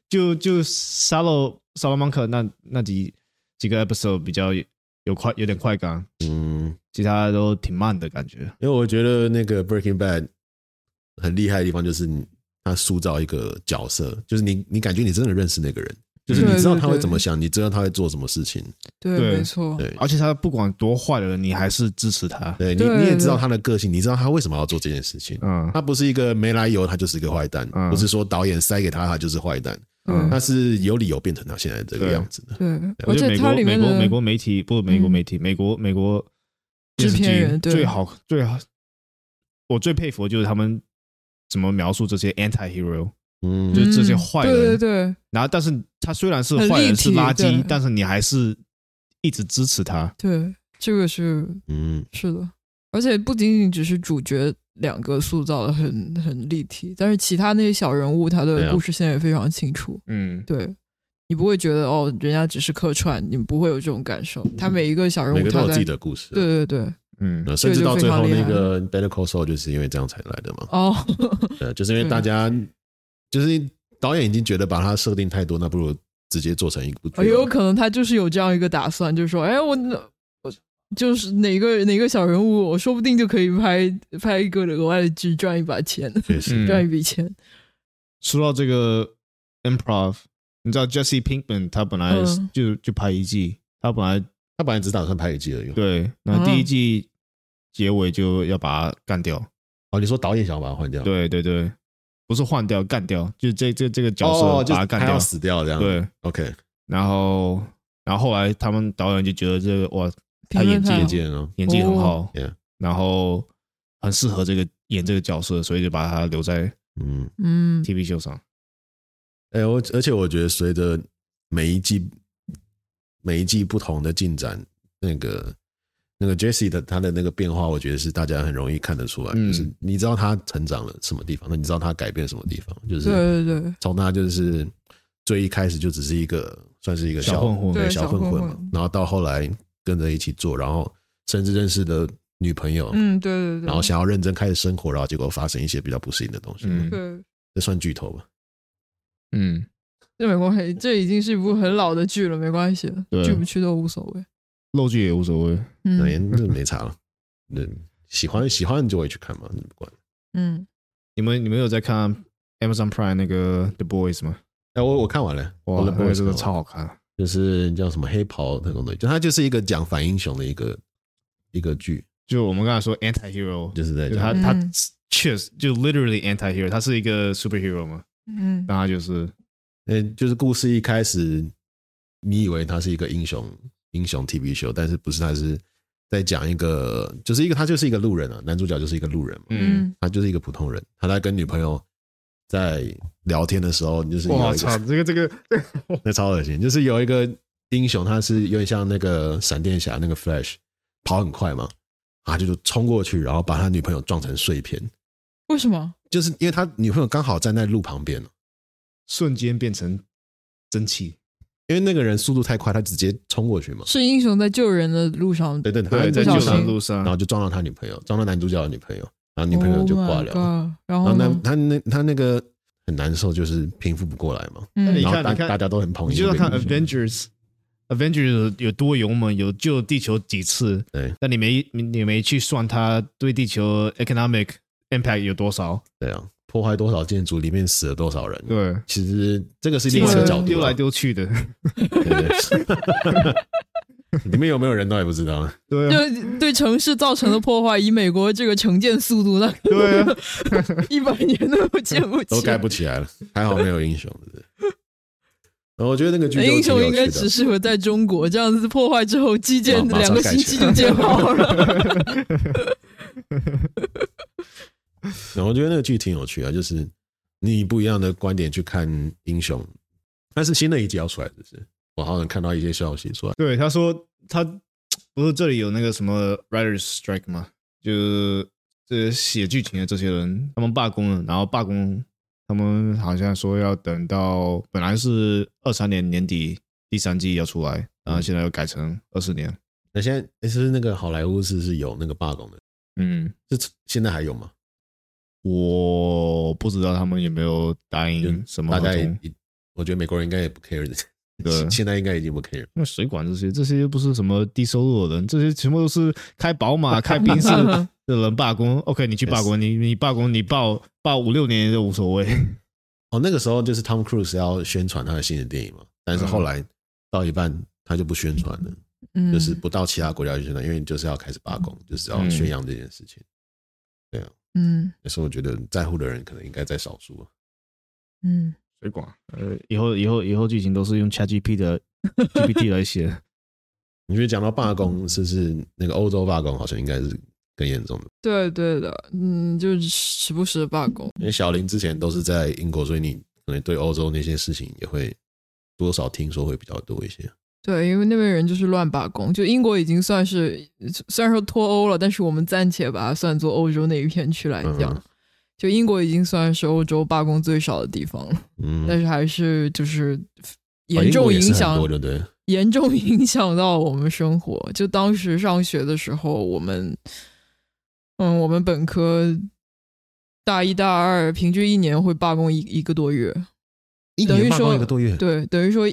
S2: 就就沙漏沙拉曼克那那几几个 episode 比较有有快有点快感，
S1: 嗯，
S2: 其他都挺慢的感觉。
S1: 因为我觉得那个 Breaking Bad 很厉害的地方就是你他塑造一个角色，就是你你感觉你真的认识那个人，就是你知道他会怎么想，你知道他会做什么事情，
S3: 对，
S2: 对
S3: 没错，
S1: 对
S2: 而且他不管多坏的人，你还是支持他。
S1: 对你
S3: 对
S1: 你也
S3: 对
S1: 知道他的个性，你知道他为什么要做这件事情。
S3: 啊
S2: 嗯
S1: 他不是一个没来由，他就是一个坏蛋，
S2: 嗯
S1: 不是说导演塞给他他就是坏蛋，
S2: 嗯
S1: 他
S3: 对
S1: 是有理由变成他现在这个
S2: 对
S1: 样子的。
S3: 对，
S2: 我
S3: 而
S2: 觉得
S3: 且
S2: 美
S3: 它
S2: 国
S3: 里
S2: 美
S3: 面
S2: 国美
S3: 的
S2: 国媒体不是美国
S3: 嗯
S2: 媒体，美国美国电
S3: 制
S2: 视
S3: 片
S2: 剧
S3: 人对
S2: 最好最好我最佩服的就是他们怎么描述这些 anti hero，
S1: 嗯，
S2: 就是这些
S3: 嗯
S2: 坏
S3: 对对
S2: 人
S3: 对，
S2: 然后但是他虽然是
S3: 很
S2: 坏
S3: 立
S2: 人是
S3: 体
S2: 垃圾
S3: 对，
S2: 但是你还是一直支持他。
S3: 对，这个是
S1: 嗯，
S3: 是的，而且不仅仅只是主角两个塑造的很很立体，但是其他那些小人物他
S1: 对
S3: 的
S1: 啊
S3: 故事线也非常清楚。
S2: 嗯，
S3: 对，你不会觉得哦，人家只是客串，你不会有这种感受。他每一个小人
S1: 每
S3: 物
S1: 个都
S3: 嗯他
S1: 有
S3: 在
S1: 自己的故事，啊
S3: 对对对，
S2: 嗯
S1: 呃，甚至到
S3: 这
S1: 最
S3: 个就
S1: 后
S3: 非常厉
S1: 那
S3: 害
S1: 个 Better Call Saul 就是因为这样才来的嘛。
S3: 哦，嗯
S1: 对，就是因为大家就是导演已经觉得把它设定太多，那不如直接做成一部剧。
S3: 哎
S1: 啊
S3: 也有可能他就是有这样一个打算，就是说，哎，我我就是哪个哪个小人物，我说不定就可以拍拍一个额外的剧赚一把钱，
S1: 确实，
S2: 嗯
S3: <laughs> 赚一笔钱。
S2: 说到这个 improv，你知道 Jesse Pinkman 他本来
S3: 嗯
S2: 就、就拍一季，他本来
S1: 他本来只打算拍一季而已。，
S2: 对，然后
S3: 啊
S2: 第一
S1: 嗯
S2: 季结尾就要把他干掉。
S1: 哦，你说导演想要把它换掉，，
S2: 对对对，不是换掉干掉，就是这这这个角
S1: 哦，
S2: 色
S1: 就
S2: 把
S1: 是
S2: 干
S1: 他
S2: 掉。
S1: 要死掉这样。
S2: 对，
S1: ，OK，
S2: 然后然后后来他们导演就觉得这个哇
S3: 评论
S2: 演技
S3: 他
S2: 也
S1: 借
S2: 见
S1: 鉴哦，
S2: 演技很好，
S1: 哦 Yeah
S2: 然后很适合这个演这个角色，所以就把他留在
S1: 嗯，
S3: 嗯，
S2: TV 秀上。
S1: 哎，我而且我觉得随着每一季每一季不同的进展，那个。那个 Jesse 的他的那个变化，我觉得是大家很容易看得出来，就
S2: 嗯
S1: 是你知道他成长了什么地方，那你知道他改变什么地方，就是哦
S3: 对对对，
S1: 从他就是最一开始就只是一个算是一个
S2: 小混混
S1: 对
S3: 对
S1: 小
S3: 小
S1: 混
S3: 混
S1: 混嘛
S3: 混，
S1: 然后到后来跟着一起做，然后甚至认识的女朋友，
S3: 嗯，对对对，
S1: 然后想要认真开始生活，然后结果发生一些比较不适应的东西，
S2: 嗯
S3: 对。
S1: 这算剧透吧？
S2: 嗯，
S3: 这没关系，这已经是一部很老的剧了，没关系，
S2: 对
S3: 剧不剧都无所谓。
S2: 漏剧也无所谓。
S1: 那也
S3: 嗯
S1: 这没差了，嗯，喜欢喜欢就会去看嘛，不管。
S3: 嗯，
S2: 你们你们有在看 Amazon Prime 那个 The Boys 吗？
S1: 哎，我我看完了，
S2: 哇，
S1: 我
S2: 那
S1: 的
S2: 个
S1: 哦 boys
S2: 真
S1: 看
S2: 的
S1: 完
S2: 超好看。
S1: 就是叫什么黑袍那种东西，就它就是一个讲反英雄的一个一个剧，
S2: 就我们刚才说 anti hero，
S1: 就是在
S2: 就是
S1: 讲
S2: 他他
S3: 嗯
S2: 确实就 literally anti hero，他是一个 superhero 嘛，
S3: 嗯
S2: 那他就是
S1: 嗯，就是故事一开始，你以为它是一个英雄英雄 TV 秀，但是不是，它是在讲一个，就是一个他就是一个路人啊，男主角就是一个路人嘛，
S2: 嗯，
S1: 他就是一个普通人，他在跟女朋友在聊天的时候，就是有
S2: 哇
S1: 一
S2: 操，
S1: 个
S2: 这个这个
S1: 那超恶心，就是有一个英雄他是有点像那个闪电侠那个 Flash，跑很快嘛，啊他就冲过去，然后把他女朋友撞成碎片，
S3: 为什么？
S1: 就是因为他女朋友刚好站在路旁边了，
S2: 瞬间变成蒸汽，
S1: 因为那个人速度太快，他直接冲过去嘛，
S3: 是英雄在救人的路上
S1: 对对，他
S2: 对，
S3: 不
S2: 在
S3: 小
S2: 救
S3: 心
S2: 伤路
S1: 然后
S2: 上，
S1: 就撞到他女朋友，撞到男主角的女朋友，然后女朋友就挂了。
S3: Oh my god，然
S1: 然后
S3: 后
S1: 那
S3: 呢？
S1: 他那他那个很难受，就是平复不过来嘛。
S2: 你
S3: 嗯
S1: 然
S2: 看
S1: 后大
S2: 看
S1: 大家都很捧，
S2: 你就要看 Avengers。Avengers 有有多勇猛，有救地球几次？
S1: 对，
S2: 但你没你你没去算它对地球 economic impact 有多少？
S1: 对啊，破坏多少建筑，里面死了多少人。
S2: 对，
S1: 其实这个是
S2: 这
S1: 另外一个
S2: 个
S1: 角度
S2: 丢
S1: 啊
S2: 来，丢去的。
S1: 对对 <laughs> 里面有没有人都也不知道。
S2: 对啊，
S3: 就对城市造成的破坏，以美国这个城建速度，那
S2: 对啊，
S3: 一百年都建不起
S1: 都
S3: 来。
S1: 盖不起来了，还好没有英雄。对然后我觉得那个剧
S3: <laughs> 英
S1: 就挺
S3: 雄
S1: 有
S3: 应该
S1: 趣
S3: 只
S1: 的，
S3: 适合在中国，这样子破坏之后基建
S1: 马马上
S3: 两个星期就建好
S1: <laughs>
S3: 了。
S1: 然后我觉得那个剧挺有趣啊，就是你以不一样的观点去看英雄。但是新的一季要出来，就是我好像看到一些消息说，
S2: 对，他说他不是这里有那个什么 writers strike 吗？就是这写剧情的这些人，他们罢工了，然后罢工，他们好像说要等到本来是二三年年底第三季要出来，然后现在又改成二四年。
S1: 那现在诶是不是那个好莱坞是是有那个罢工的？
S2: 嗯，
S1: 是现在还有吗？
S2: 我不知道他们有没有答应什么
S1: 大
S2: 合
S1: 家
S2: 同
S1: 也，也我觉得美国人应该也不 care
S2: 对
S1: 的， <laughs> 现在应该已经不 care 了。
S2: 那水管这些，这些又不是什么低收入的人，这些全部都是开宝 <laughs> 马、开宾士
S3: <laughs>
S2: 的人罢工。OK，你去罢工，你你罢工，你报报五六年都无所谓。 <laughs>
S1: 哦，那个时候就是 Tom Cruise 要宣传他的新的电影嘛，但是后来到一半他就不宣传了，
S3: 嗯
S1: 就是不到其他国家去宣传，因为就是要开始罢工，就是要宣扬这件事情。
S3: 嗯
S1: 但是我觉得在乎的人可能应该在少数啊。
S3: 嗯，
S2: 水管，呃，以后以后以后剧情都是用 ChatGPT 的 GPT 来写。
S1: 你觉得讲到罢
S3: 嗯
S1: 工，是不是那个欧洲罢工好像应该是更严重的？
S3: 对对的，嗯，就是时不时地罢工。
S1: 因为小林之前都是在英国，所以你可能对欧洲那些事情也会多少听说会比较多一些。
S3: 对，因为那边人就是乱罢工，就英国已经算是虽然说脱欧了，但是我们暂且把它算作欧洲那一片区来讲，
S1: 嗯
S3: 就英国已经算是欧洲罢工最少的地方了，
S1: 嗯，
S3: 但是还是就是
S1: 哦
S3: 严
S1: 英
S3: 重
S1: 国也
S3: 影
S1: 是很
S3: 响
S1: 多，对不对？
S3: 严重 <laughs> 影响到我们生活。就当时上学的时候，我们，嗯，我们本科大一大二平均一年会罢工一一个多月，
S1: 一
S3: 等于
S1: 年罢工
S3: 说
S1: 一个多月，
S3: 对，等于说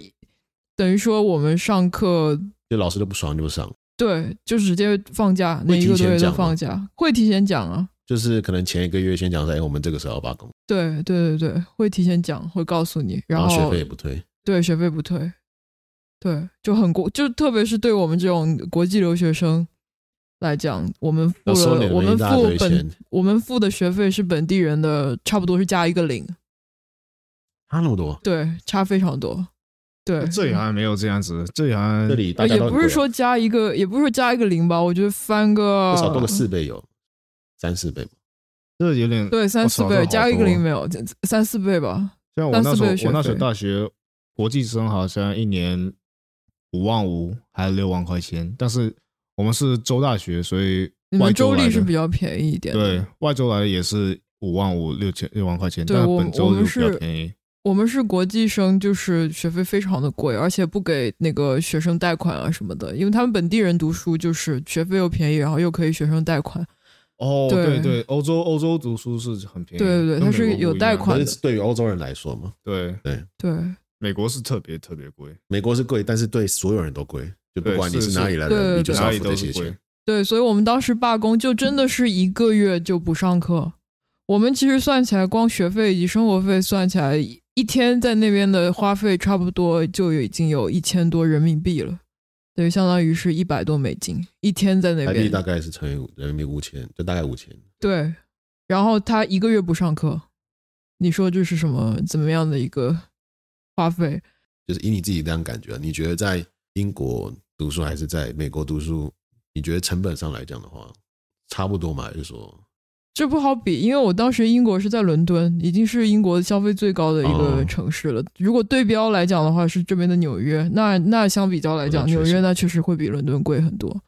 S3: 等于说我们上课
S1: 就老师都不爽就不上，
S3: 对，就直接放假，那
S1: 会
S3: 一
S1: 提
S3: 个多
S1: 前
S3: 月都
S1: 讲吗
S3: 放假，会提前讲啊。
S1: 就是可能前一个月先讲说，哎，我们这个时候要罢工，
S3: 对对对对，会提前讲，会告诉你，
S1: 然
S3: 后
S1: 学费也不退，
S3: 对学费不退，对就很过，就特别是对我们这种国际留学生来讲，我们付
S1: 要收
S3: 了
S1: 你
S3: 我
S1: 们
S3: 们
S1: 一大
S3: 付
S1: 堆
S3: 本
S1: 钱。
S3: 我们付的学费是本地人的差不多是加一个零，
S1: 差那么多，
S3: 对，差非常多，对，
S2: 这里好像没有这样子，这里好像
S1: 这里大
S3: 呃
S1: 家
S3: 也
S1: 都很
S3: 不是
S1: 贵啊啊
S3: 说加一个，也不是说加一个零吧，我觉得翻个
S1: 至少多个四倍有，三四倍吧。
S2: 这有点
S3: 对三
S2: 我
S3: 四
S2: 操这
S3: 倍，
S2: 好
S3: 加一个
S2: 多
S1: 啊
S3: 零没有，这这三四倍吧，
S2: 像我
S3: 三
S2: 那
S3: 四
S2: 时候
S3: 倍的学
S2: 我那时候
S3: 费
S2: 大学国际生好像一年五万五还有六万块钱，但是我们是州大学，所以
S3: 你
S2: 外
S3: 们州
S2: 来
S3: 立
S2: 的
S3: 是比较便宜一点的。
S2: 对外州来的也是五万五六千六万块钱，
S3: 对
S2: 但
S3: 我
S2: 本
S3: 我
S2: 州
S3: 们
S2: 就比较
S3: 是
S2: 便宜。
S3: 我们是国际生，就是学费非常的贵，而且不给那个学生贷款啊什么的，因为他们本地人读书就是学费又便宜，然后又可以学生贷款。
S2: 哦，
S3: 对
S2: 对对，欧洲欧洲读书是很便宜，
S3: 对对
S2: 跟
S3: 对它
S2: 美
S3: 是
S2: 国不
S3: 有
S2: 一
S3: 贷
S2: 样
S3: 款
S1: 可
S3: 的
S1: 是对于欧洲人来说嘛，
S2: 对，
S3: 对，
S2: 美国是特别特别贵，
S1: 美国是贵，但是对所有人都贵，就不
S2: 对
S1: 管你
S2: 是
S1: 是
S2: 是
S1: 哪里来
S3: 对对
S1: 的，你
S3: 对
S1: 就是
S2: 哪
S1: 要
S2: 里
S1: 付
S2: 都
S1: 这些
S2: 是贵
S1: 钱。。
S3: 对，所以我们当时罢工就真的是一个月就不上课。我们其实算起来，光学费以及生活费算起来，一一天在那边的花费差不多就已经有一千多人民币了，等于相当于是一百多美金一天在那
S1: 台币
S3: 边
S1: 大。概是乘以五人民币五千，就大概五千。
S3: 对，然后他一个月不上课，你说这是什么怎么样的一个花费？
S1: 就是以你自己这样感觉，啊你觉得在英国读书还是在美国读书，你觉得成本上来讲的话，差不多嘛？就是说
S3: 这不好比，因为我当时英国是在伦敦，已经是英国消费最高的一个
S1: 哦
S3: 城市了。如果对标来讲的话，是这边的纽约。那那相比较来讲，
S1: 那确实
S3: 纽约那确实会比伦敦贵很多。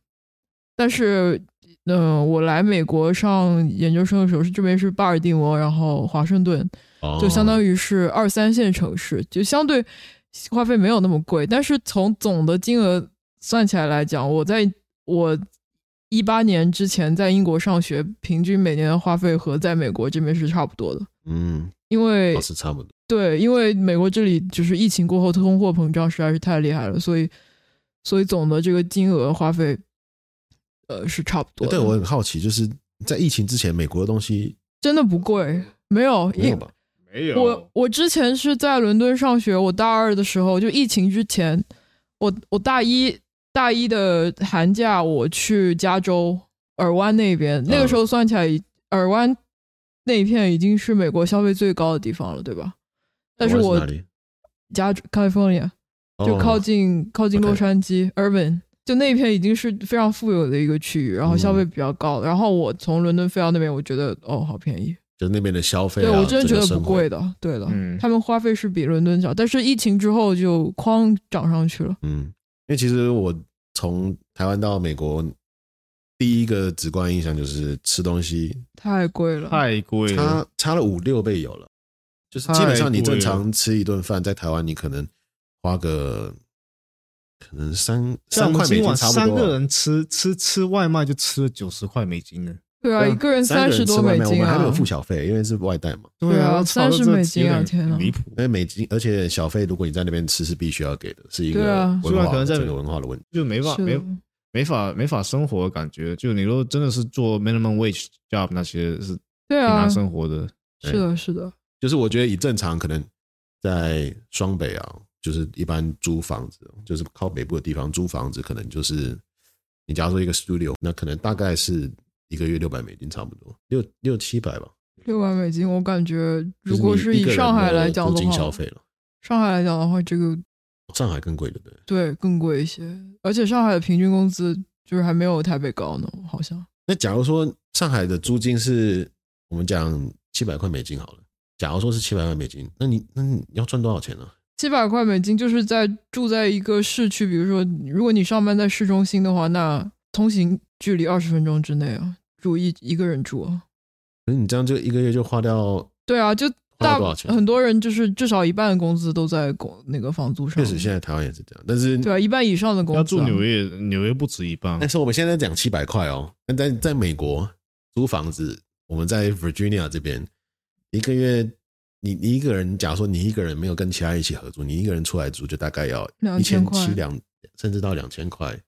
S3: 但是，嗯、我来美国上研究生的时候，是这边是巴尔的摩，然后华盛顿，
S1: 哦
S3: 就相当于是二三线城市，就相对花费没有那么贵，但是从总的金额算起来来讲，我在我一八年之前在英国上学，平均每年的花费和在美国这边是差不多的，
S1: 嗯，
S3: 因为
S1: 哦是差不多。
S3: 对，因为美国这里就是疫情过后通货膨胀实在是太厉害了，所以所以总的这个金额花费，呃是差不多的，
S1: 对我很好奇，就是在疫情之前，美国的东西
S3: 真的不贵，没有，
S1: 没
S3: 因
S1: 有吧？
S2: 没
S1: 啊
S2: 有
S3: 我我之前是在伦敦上学，我大二的时候就疫情之前，我我大一大一的寒假我去加州尔湾那边，那
S1: 嗯
S3: 个时候算起来，尔湾那一片已经是美国消费最高的地方了，对吧？但是
S1: 台湾
S3: 我
S1: 哪里哦
S3: 加州 California 就靠近、靠近
S1: OK
S3: 洛杉矶 Urban，就那一片已经是非常富有的一个区域，然后消费
S1: 嗯
S3: 比较高。然后我从伦敦飞到那边，我觉得哦，好便宜。
S1: 就那边的消费、啊，
S3: 对我真的觉得不
S1: 整个生活。
S3: 贵的，对的，
S2: 嗯
S3: 他们花费是比伦敦少，但是疫情之后就哐涨上去了。
S1: 嗯，因为其实我从台湾到美国，第一个直观印象就是吃东西
S3: 太贵了，
S2: 太贵了，
S1: 差差了五六倍有了，就是
S2: 太
S1: 基本上你
S2: 贵
S1: 正
S2: 了
S1: 常吃一顿饭，在台湾你可能花个可能三
S2: 像
S1: 三块美
S2: 今
S1: 金
S2: 晚
S1: 差不
S2: 三
S1: 多
S2: 个
S1: 啊。
S2: 人吃吃吃外卖就吃了九十块美金呢。
S3: 对啊，
S1: 对啊
S3: 一个人
S1: 三
S3: 十多
S1: 吃外
S3: 美
S1: 卖
S3: 金
S1: 我们还没
S3: 啊
S1: 有，付小费，因为是外带嘛。
S3: 对啊
S2: 我操
S3: 30
S2: 这
S3: 美金啊
S2: 有点
S3: 天哪
S2: 离谱！
S1: 因为美金，而且小费，如果你在那边吃是必须要给的，是一个
S3: 对啊
S1: 文
S2: 虽然
S1: 化，
S2: 可能在
S1: 这个文化的问题。
S2: 就没法
S3: 是
S2: 没没法没法生活，感觉就你如果真的是做 minimum wage job 那些是挺
S3: 对啊
S2: 难，生活的。
S3: 是的，是的，
S1: 就是我觉得以正常可能在双北啊，就是一般租房子，就是靠北部的地方租房子，可能就是你假如说一个 studio，那可能大概是一个月六百美金差不多，六六七百吧。
S3: 六百美金，我感觉
S1: 就是
S3: 如果
S1: 你
S3: 是
S1: 一个
S3: 以
S1: 人
S3: 上海
S1: 的
S3: 来讲
S1: 租
S3: 的
S1: 金
S3: 话，
S1: 消费了，
S3: 上海来讲的话，这个
S1: 上海更贵的，对不对。
S3: 对更贵一些，而且上海的平均工资就是还没有台北高呢，好像
S1: 那假如说上海的租金是我们讲七百块美金好了，假如说是七百块美金，那你那你要赚多少钱呢、
S3: 七百块美金，就是在住在一个市区，比如说，如果你上班在市中心的话，那通行距离二十分钟之内啊，住一一个人住啊，
S1: 可是你这样就一个月就花掉，
S3: 对啊，就
S1: 花
S3: 大
S1: 了多少钱
S3: 很多人就是至少一半的工资都在工那个房租上
S1: 确，实现在台湾也是这样，但是
S3: 对啊，一半以上的工资、啊。
S2: 要住纽约，纽约不止一半
S1: 但。是我们现在讲七百块哦，但在在美国租房子，我们在 Virginia 这边一个月，你你一个人，假如说你一个人没有跟其他人一起合租，你一个人出来住就大概要一
S3: 2000
S1: 千
S3: 块
S1: 七两，甚至到两千块，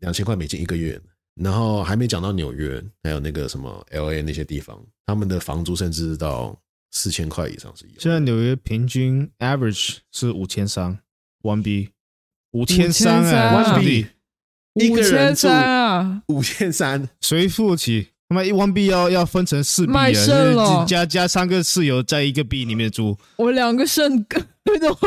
S1: 两千块美金一个月。然后还没讲到纽约，还有那个什么 L A 那些地方，他们的房租甚至到四千块以上是有的。
S2: 现在纽约平均 average 是五千三，one b 五
S3: 千
S2: 千
S3: 三
S2: 三哎，
S1: 啊
S2: 兄弟
S1: 一个
S3: 五
S1: 人
S3: 千
S1: 住
S3: 三啊，
S1: 五千三，
S2: 谁付得起？他妈一 one b 要要分成四 b，
S3: 卖肾了
S2: 加加三个室友在一个 b 里面住，
S3: 我两个肾 <laughs> 都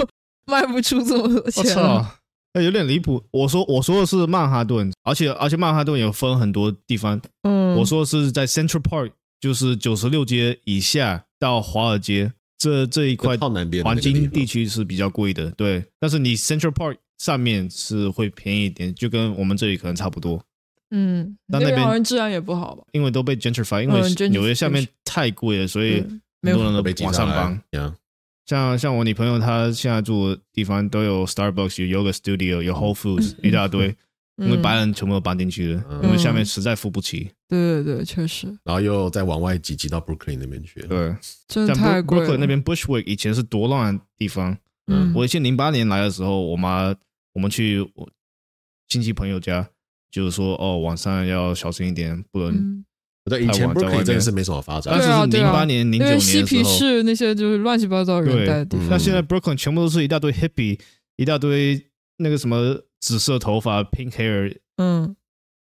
S3: 卖不出这么多
S2: 我
S3: 钱、啊
S2: 操，哎那有点离谱。我说我说的是曼哈顿，而且而且曼哈顿有分很多地方，
S3: 嗯，
S2: 我说是在 Central Park，就是九十六街以下到华尔街这这一块
S1: 靠南边的那
S2: 黄
S1: 个地
S2: 金
S1: 方
S2: 地区是比较贵的，对。但是你 Central Park 上面是会便宜一点，就跟我们这里可能差不多，
S3: 嗯，那
S2: 但那边
S3: 好像治安也不好吧？
S2: 因为都被 gentrify，因
S3: 嗯，gentrification
S2: 为纽约下面太贵了，所以
S3: 嗯没
S2: 很
S3: 有
S2: 多人
S1: 都
S2: 都
S1: 被挤
S2: 往
S1: 上
S2: 上
S1: 来
S2: 搬。
S1: 呀
S2: 像像我女朋友，她现在住的地方都有 Starbucks、有 Yoga Studio、有 Whole Foods 一大堆，因为
S3: 嗯
S2: 白人全部都搬进去了，
S1: 嗯
S2: 因为下面实在付不起。
S3: 对对对，确实
S1: 然后又再往外挤，挤到 Brooklyn 那边去。
S2: 对，
S3: 真的
S2: 像
S3: 太
S2: Brook-
S3: 贵了
S2: Brooklyn 那，边 Bushwick 以前是多乱的地方，
S3: 嗯，
S2: 我以前零八年来的时候，我妈我们去我亲戚朋友家，就是说哦，晚上要小心一点，不能。
S3: 嗯
S1: 对，以前
S2: 太晚在
S1: Brooklyn
S2: 外面
S1: 真的是没什么发展
S2: 当时
S3: 对啊
S2: 是零八年、零
S3: 因
S2: 九、
S3: 为嬉
S2: 年的
S3: 皮
S2: 时候，
S3: 士那些就是乱七八糟人
S2: 对
S3: 待的地方
S1: 嗯，
S2: 那现在 Brooklyn 全部都是一大堆 hippie，一大堆那个什么紫色头发 pink hair，
S3: 嗯，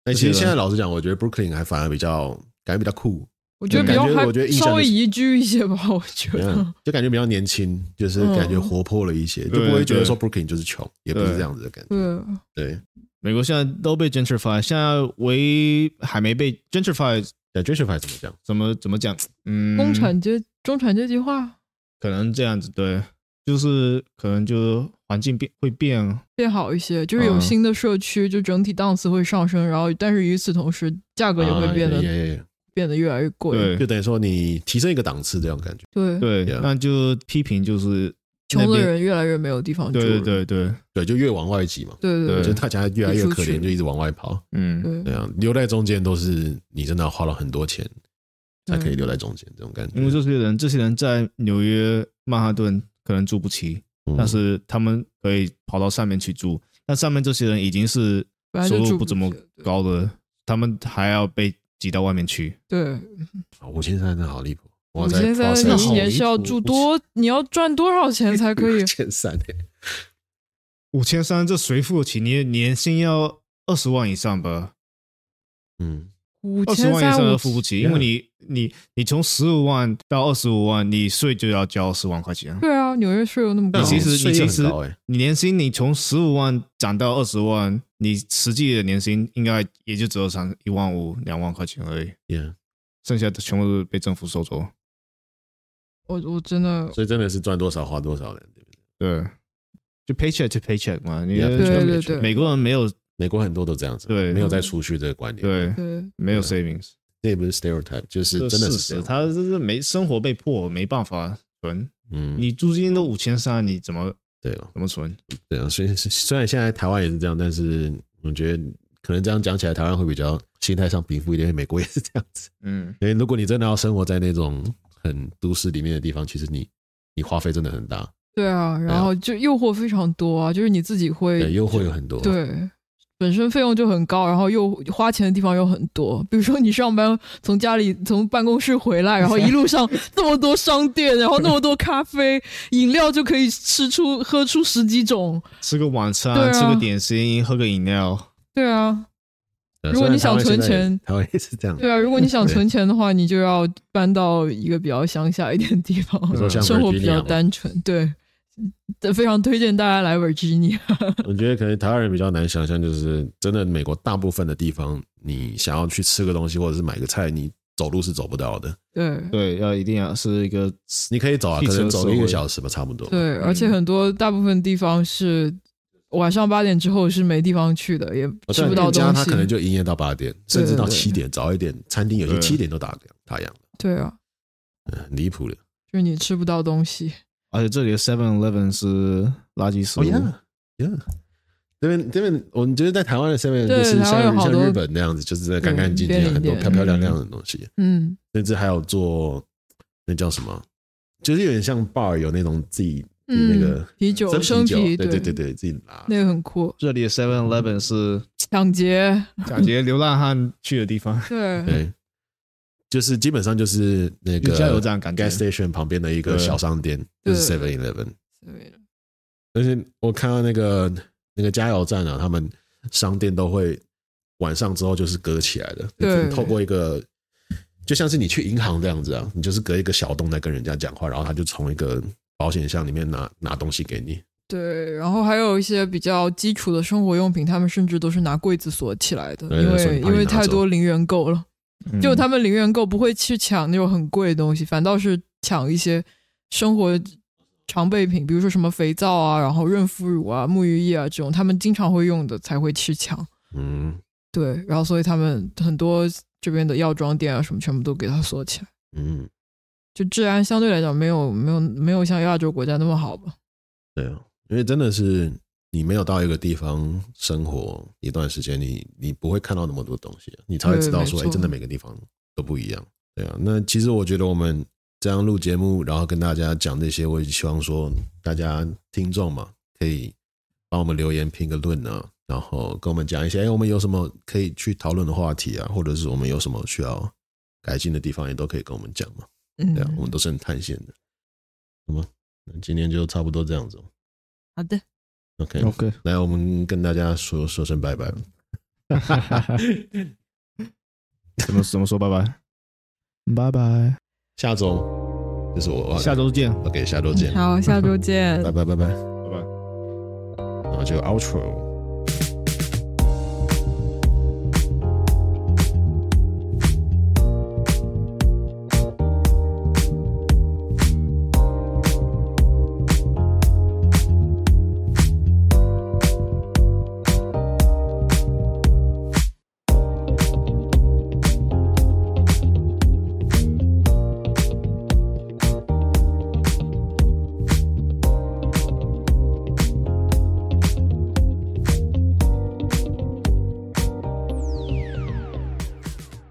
S1: 哎，其实现在老实讲，我觉得 Brooklyn 还反而比较感觉比较酷，
S3: 我觉得比较
S1: 感觉我觉得
S3: 还
S1: 印象
S3: 稍微
S1: 就是
S3: 宜居一些吧， <laughs> 我觉
S1: 怎
S2: 嗯
S3: 得
S1: 样，就感觉比较年轻，就是
S3: 嗯
S1: 感觉活泼了一些，就
S2: 对
S1: 不会觉得
S2: 对
S1: 说 Brooklyn 就是穷，也不是
S2: 对
S1: 这样子的感觉。
S3: 对，
S2: 嗯
S1: 对，
S2: 美国现在都被 gentrify，现在唯一还没被 gentrify
S1: gentrify 怎么讲？
S2: 怎么怎么讲？嗯，
S3: 中产阶中产阶级化
S2: 可能这样子，对，就是可能就是环境变会变，
S3: 变好一些，就是有
S2: 嗯
S3: 新的社区，就整体档次会上升，然后但是与此同时，价格也会变得、
S1: 啊也也也
S3: 变得越来越贵。
S2: 对
S1: 就等于说你提升一个档次这样感觉。
S3: 对，
S2: 对
S1: Yeah
S2: 那就批评就是那
S3: 穷的
S2: 边，
S3: 人越来越没有地方住了。
S2: 对对对对，
S1: 对，就越往外挤嘛，
S3: 对对
S2: 对
S1: 就大家越来越可
S3: 一出去
S1: 怜，就一直往外跑。
S2: 嗯，
S3: 对
S1: 对
S3: 对，
S1: 啊，留在中间都是你真的要花了很多钱才可以留在中间，这种感觉。
S2: 因为这些人，这些人在纽约曼哈顿可能住不起，
S1: 嗯
S2: 但是他们可以跑到上面去住，那上面这些人已经是
S3: 本来
S2: 收
S3: 就
S2: 入
S3: 住
S2: 不怎么
S3: 起对
S2: 高的，他们还要被挤到外面去，
S3: 对，
S1: 啊五千三真的好离谱，
S3: 五千三，你一年是要住多，你要赚多少钱才
S1: <laughs>
S3: 可以
S1: 五？千三欸
S2: 五千三，这谁付得起？你年薪要二十万以上吧？ <laughs>
S1: 嗯，
S3: 五
S2: 二十
S3: 千
S2: 万以上
S3: 三
S2: 都
S3: 五
S2: 付不起，
S1: Yeah
S2: 因为你你你从十五万到二十五万，你税就要交十万块钱。
S3: 对啊，纽约税有那么高
S2: 但，其实
S1: 税
S2: 你
S1: 又
S2: 其实
S1: 很高哎，
S2: 你年薪你从十五万涨到二十万，你实际的年薪应该也就只有上一万五两万块钱而已，
S1: Yeah，
S2: 剩下的全部都是被政府收走。
S3: 我我真
S2: 哦
S3: 的
S1: 所以真的是赚多少花多少的。
S2: 对，就 paycheck to paycheck 嘛，你
S1: Yeah，
S2: 的
S1: paycheck 就
S3: 对对
S1: 没钱
S3: 对
S2: 美国人没有
S1: 美国很多都这样子，
S2: 对嗯
S1: 没有在储蓄这个观念，，
S2: 对
S3: 对
S2: 没有
S1: Yeah
S2: savings，
S1: 这也不是 stereotype，就是
S2: 这
S1: 真的
S2: 事
S1: 是
S2: 实，
S1: stereotype
S2: 他这是没生活被迫没办法存。
S1: 嗯，
S2: 你租金都五千三，你怎么
S1: 对了，
S2: 怎么存？
S1: 对啊，所以虽然现在台湾也是这样，但是我觉得可能这样讲起来，台湾会比较心态上平复一点，因为美国也是这样子。 <laughs>
S2: 嗯，
S1: 因为如果你真的要生活在那种很都市里面的地方，其实你你花费真的很大，
S3: 对啊，然后就诱惑非常多啊，就是你自己
S1: 哎对，
S3: 会
S1: 诱惑有很多，
S3: 对。本身费用就很高，然后又花钱的地方又很多，比如说你上班从家里从办公室回来，然
S1: <laughs>
S3: 后一路上那么多商店，然后那么多咖啡饮料就可以吃出喝出十几种，
S2: 吃个晚餐，
S3: 对啊
S2: 吃个点心，喝个饮料，
S3: 对啊，
S1: 对啊。
S3: 如
S1: 虽
S3: 果
S1: 然
S3: 你想
S1: 台湾现
S3: 存
S1: 在也
S3: 钱
S1: 台湾也是这样，
S3: 对啊，如果你想
S1: 对
S3: 存钱的话，你就要搬到一个比较乡下一点的地方
S1: 比如说，像
S3: 生活比
S1: Virginia
S3: 较
S1: 嘛
S3: 单纯。对， <laughs> 但非常推荐大家来 Virginia。
S1: 我觉得可能台湾人比较难想象，就是真的美国大部分的地方，你想要去吃个东西或者是买个菜，你走路是走不到的。
S3: 对
S2: 对，要一定要是一个
S1: 你可以走啊，
S2: 汽
S1: 可
S2: 车
S1: 能走个
S2: 社
S1: 一
S2: 会
S1: 个小时吧，差不多。
S3: 对，而且很多大部分地方是晚上八点之后是没地方去的，也
S1: 我
S3: 吃
S1: 在
S3: 不到
S1: 店啊家
S3: 东
S1: 他
S3: 西
S1: 可。能就营业到八点，甚至到
S3: 对对
S1: 七点，早一点。餐厅有些
S2: 对
S1: 七点都打烊打烊了，
S3: 对啊，
S1: 嗯，很离谱的。
S2: 哦
S3: 就是你吃不到东西。
S2: 而且这里的 Seven Eleven 是垃圾食
S1: 哦
S2: 物，
S1: 呀呀，这边这边，我们觉得在台湾的 seven
S3: 对
S1: 就是
S3: 台湾有
S1: 像
S3: 好
S1: 像
S3: 多
S1: 日本那样子，就是在干干净
S3: 嗯便利
S1: 净，很多
S3: 店
S1: 漂漂亮亮
S2: 嗯
S1: 的东西，
S3: 嗯，
S1: 甚至还有做那叫什么，就是有点像 bar 有那种自己自己
S3: 嗯，
S1: 那个呃
S3: 啤酒
S1: 生
S3: 生啤，
S1: 对
S3: 对
S1: 对，对，自己拿。
S3: 那个很酷，
S2: 这里的 Seven Eleven
S1: 嗯
S2: 是
S3: 抢劫。
S2: 感觉流浪汉去的地方，
S3: 对
S1: 对，就是基本上就是那
S2: 就
S1: 个
S2: 加油站感觉
S1: gas station 旁边的一个
S2: 对
S1: 小商店，就是
S3: 对
S1: Seven Eleven。
S3: 对
S1: 而且我看到那个那个加油站啊，他们商店都会晚上之后就是隔起来的，
S3: 对
S1: 透过一个就像是你去银行这样子啊，你就是隔一个小洞在跟人家讲话，然后他就从一个保险箱里面拿拿东西给你。
S3: 对，然后还有一些比较基础的生活用品，他们甚至都是拿柜子锁起来的，
S1: 对所以
S3: 因为
S1: 怕
S3: 因
S1: 你
S3: 为
S1: 拿
S3: 太
S1: 走
S3: 多零元购了。
S2: 嗯
S3: 就他们零元购不会去抢那种很贵的东西，反倒是抢一些生活常备品，比如说什么肥皂啊，然后润肤乳啊、沐浴液啊这种，他们经常会用的才会去抢。
S1: 嗯
S3: 对，然后所以他们很多这边的药妆店啊什么，全部都给它锁起来，
S1: 嗯，
S3: 就治安相对来讲没有没有没有像亚洲国家那么好吧。
S1: 对啊，因为真的是你没有到一个地方生活一段时间，你你不会看到那么多东西，你才会
S3: 对
S1: 知道说，
S3: 没
S1: 哎、
S3: 错
S1: 真的每个地方都不一样。对啊，那其实我觉得我们这样录节目，然后跟大家讲这些，我也希望说大家听众嘛，可以帮我们留言评个论啊，然后跟我们讲一些，哎，我们有什么可以去讨论的话题啊，或者是我们有什么需要改进的地方，也都可以跟我们讲嘛。
S3: 嗯
S1: 对啊，我们都是很探险的。好吗？那今天就差不多这样子哦。
S3: 好的，
S1: OK，
S2: OK，
S1: 来，我们跟大家说说声拜拜。
S2: <laughs> 怎么怎么说？拜拜，拜拜，
S1: 下周嗯就是我
S2: 下周见，
S1: OK，下周见， <laughs>
S3: 好，下周见，
S1: 拜拜拜拜，
S2: 拜拜。
S1: 然后就 outro。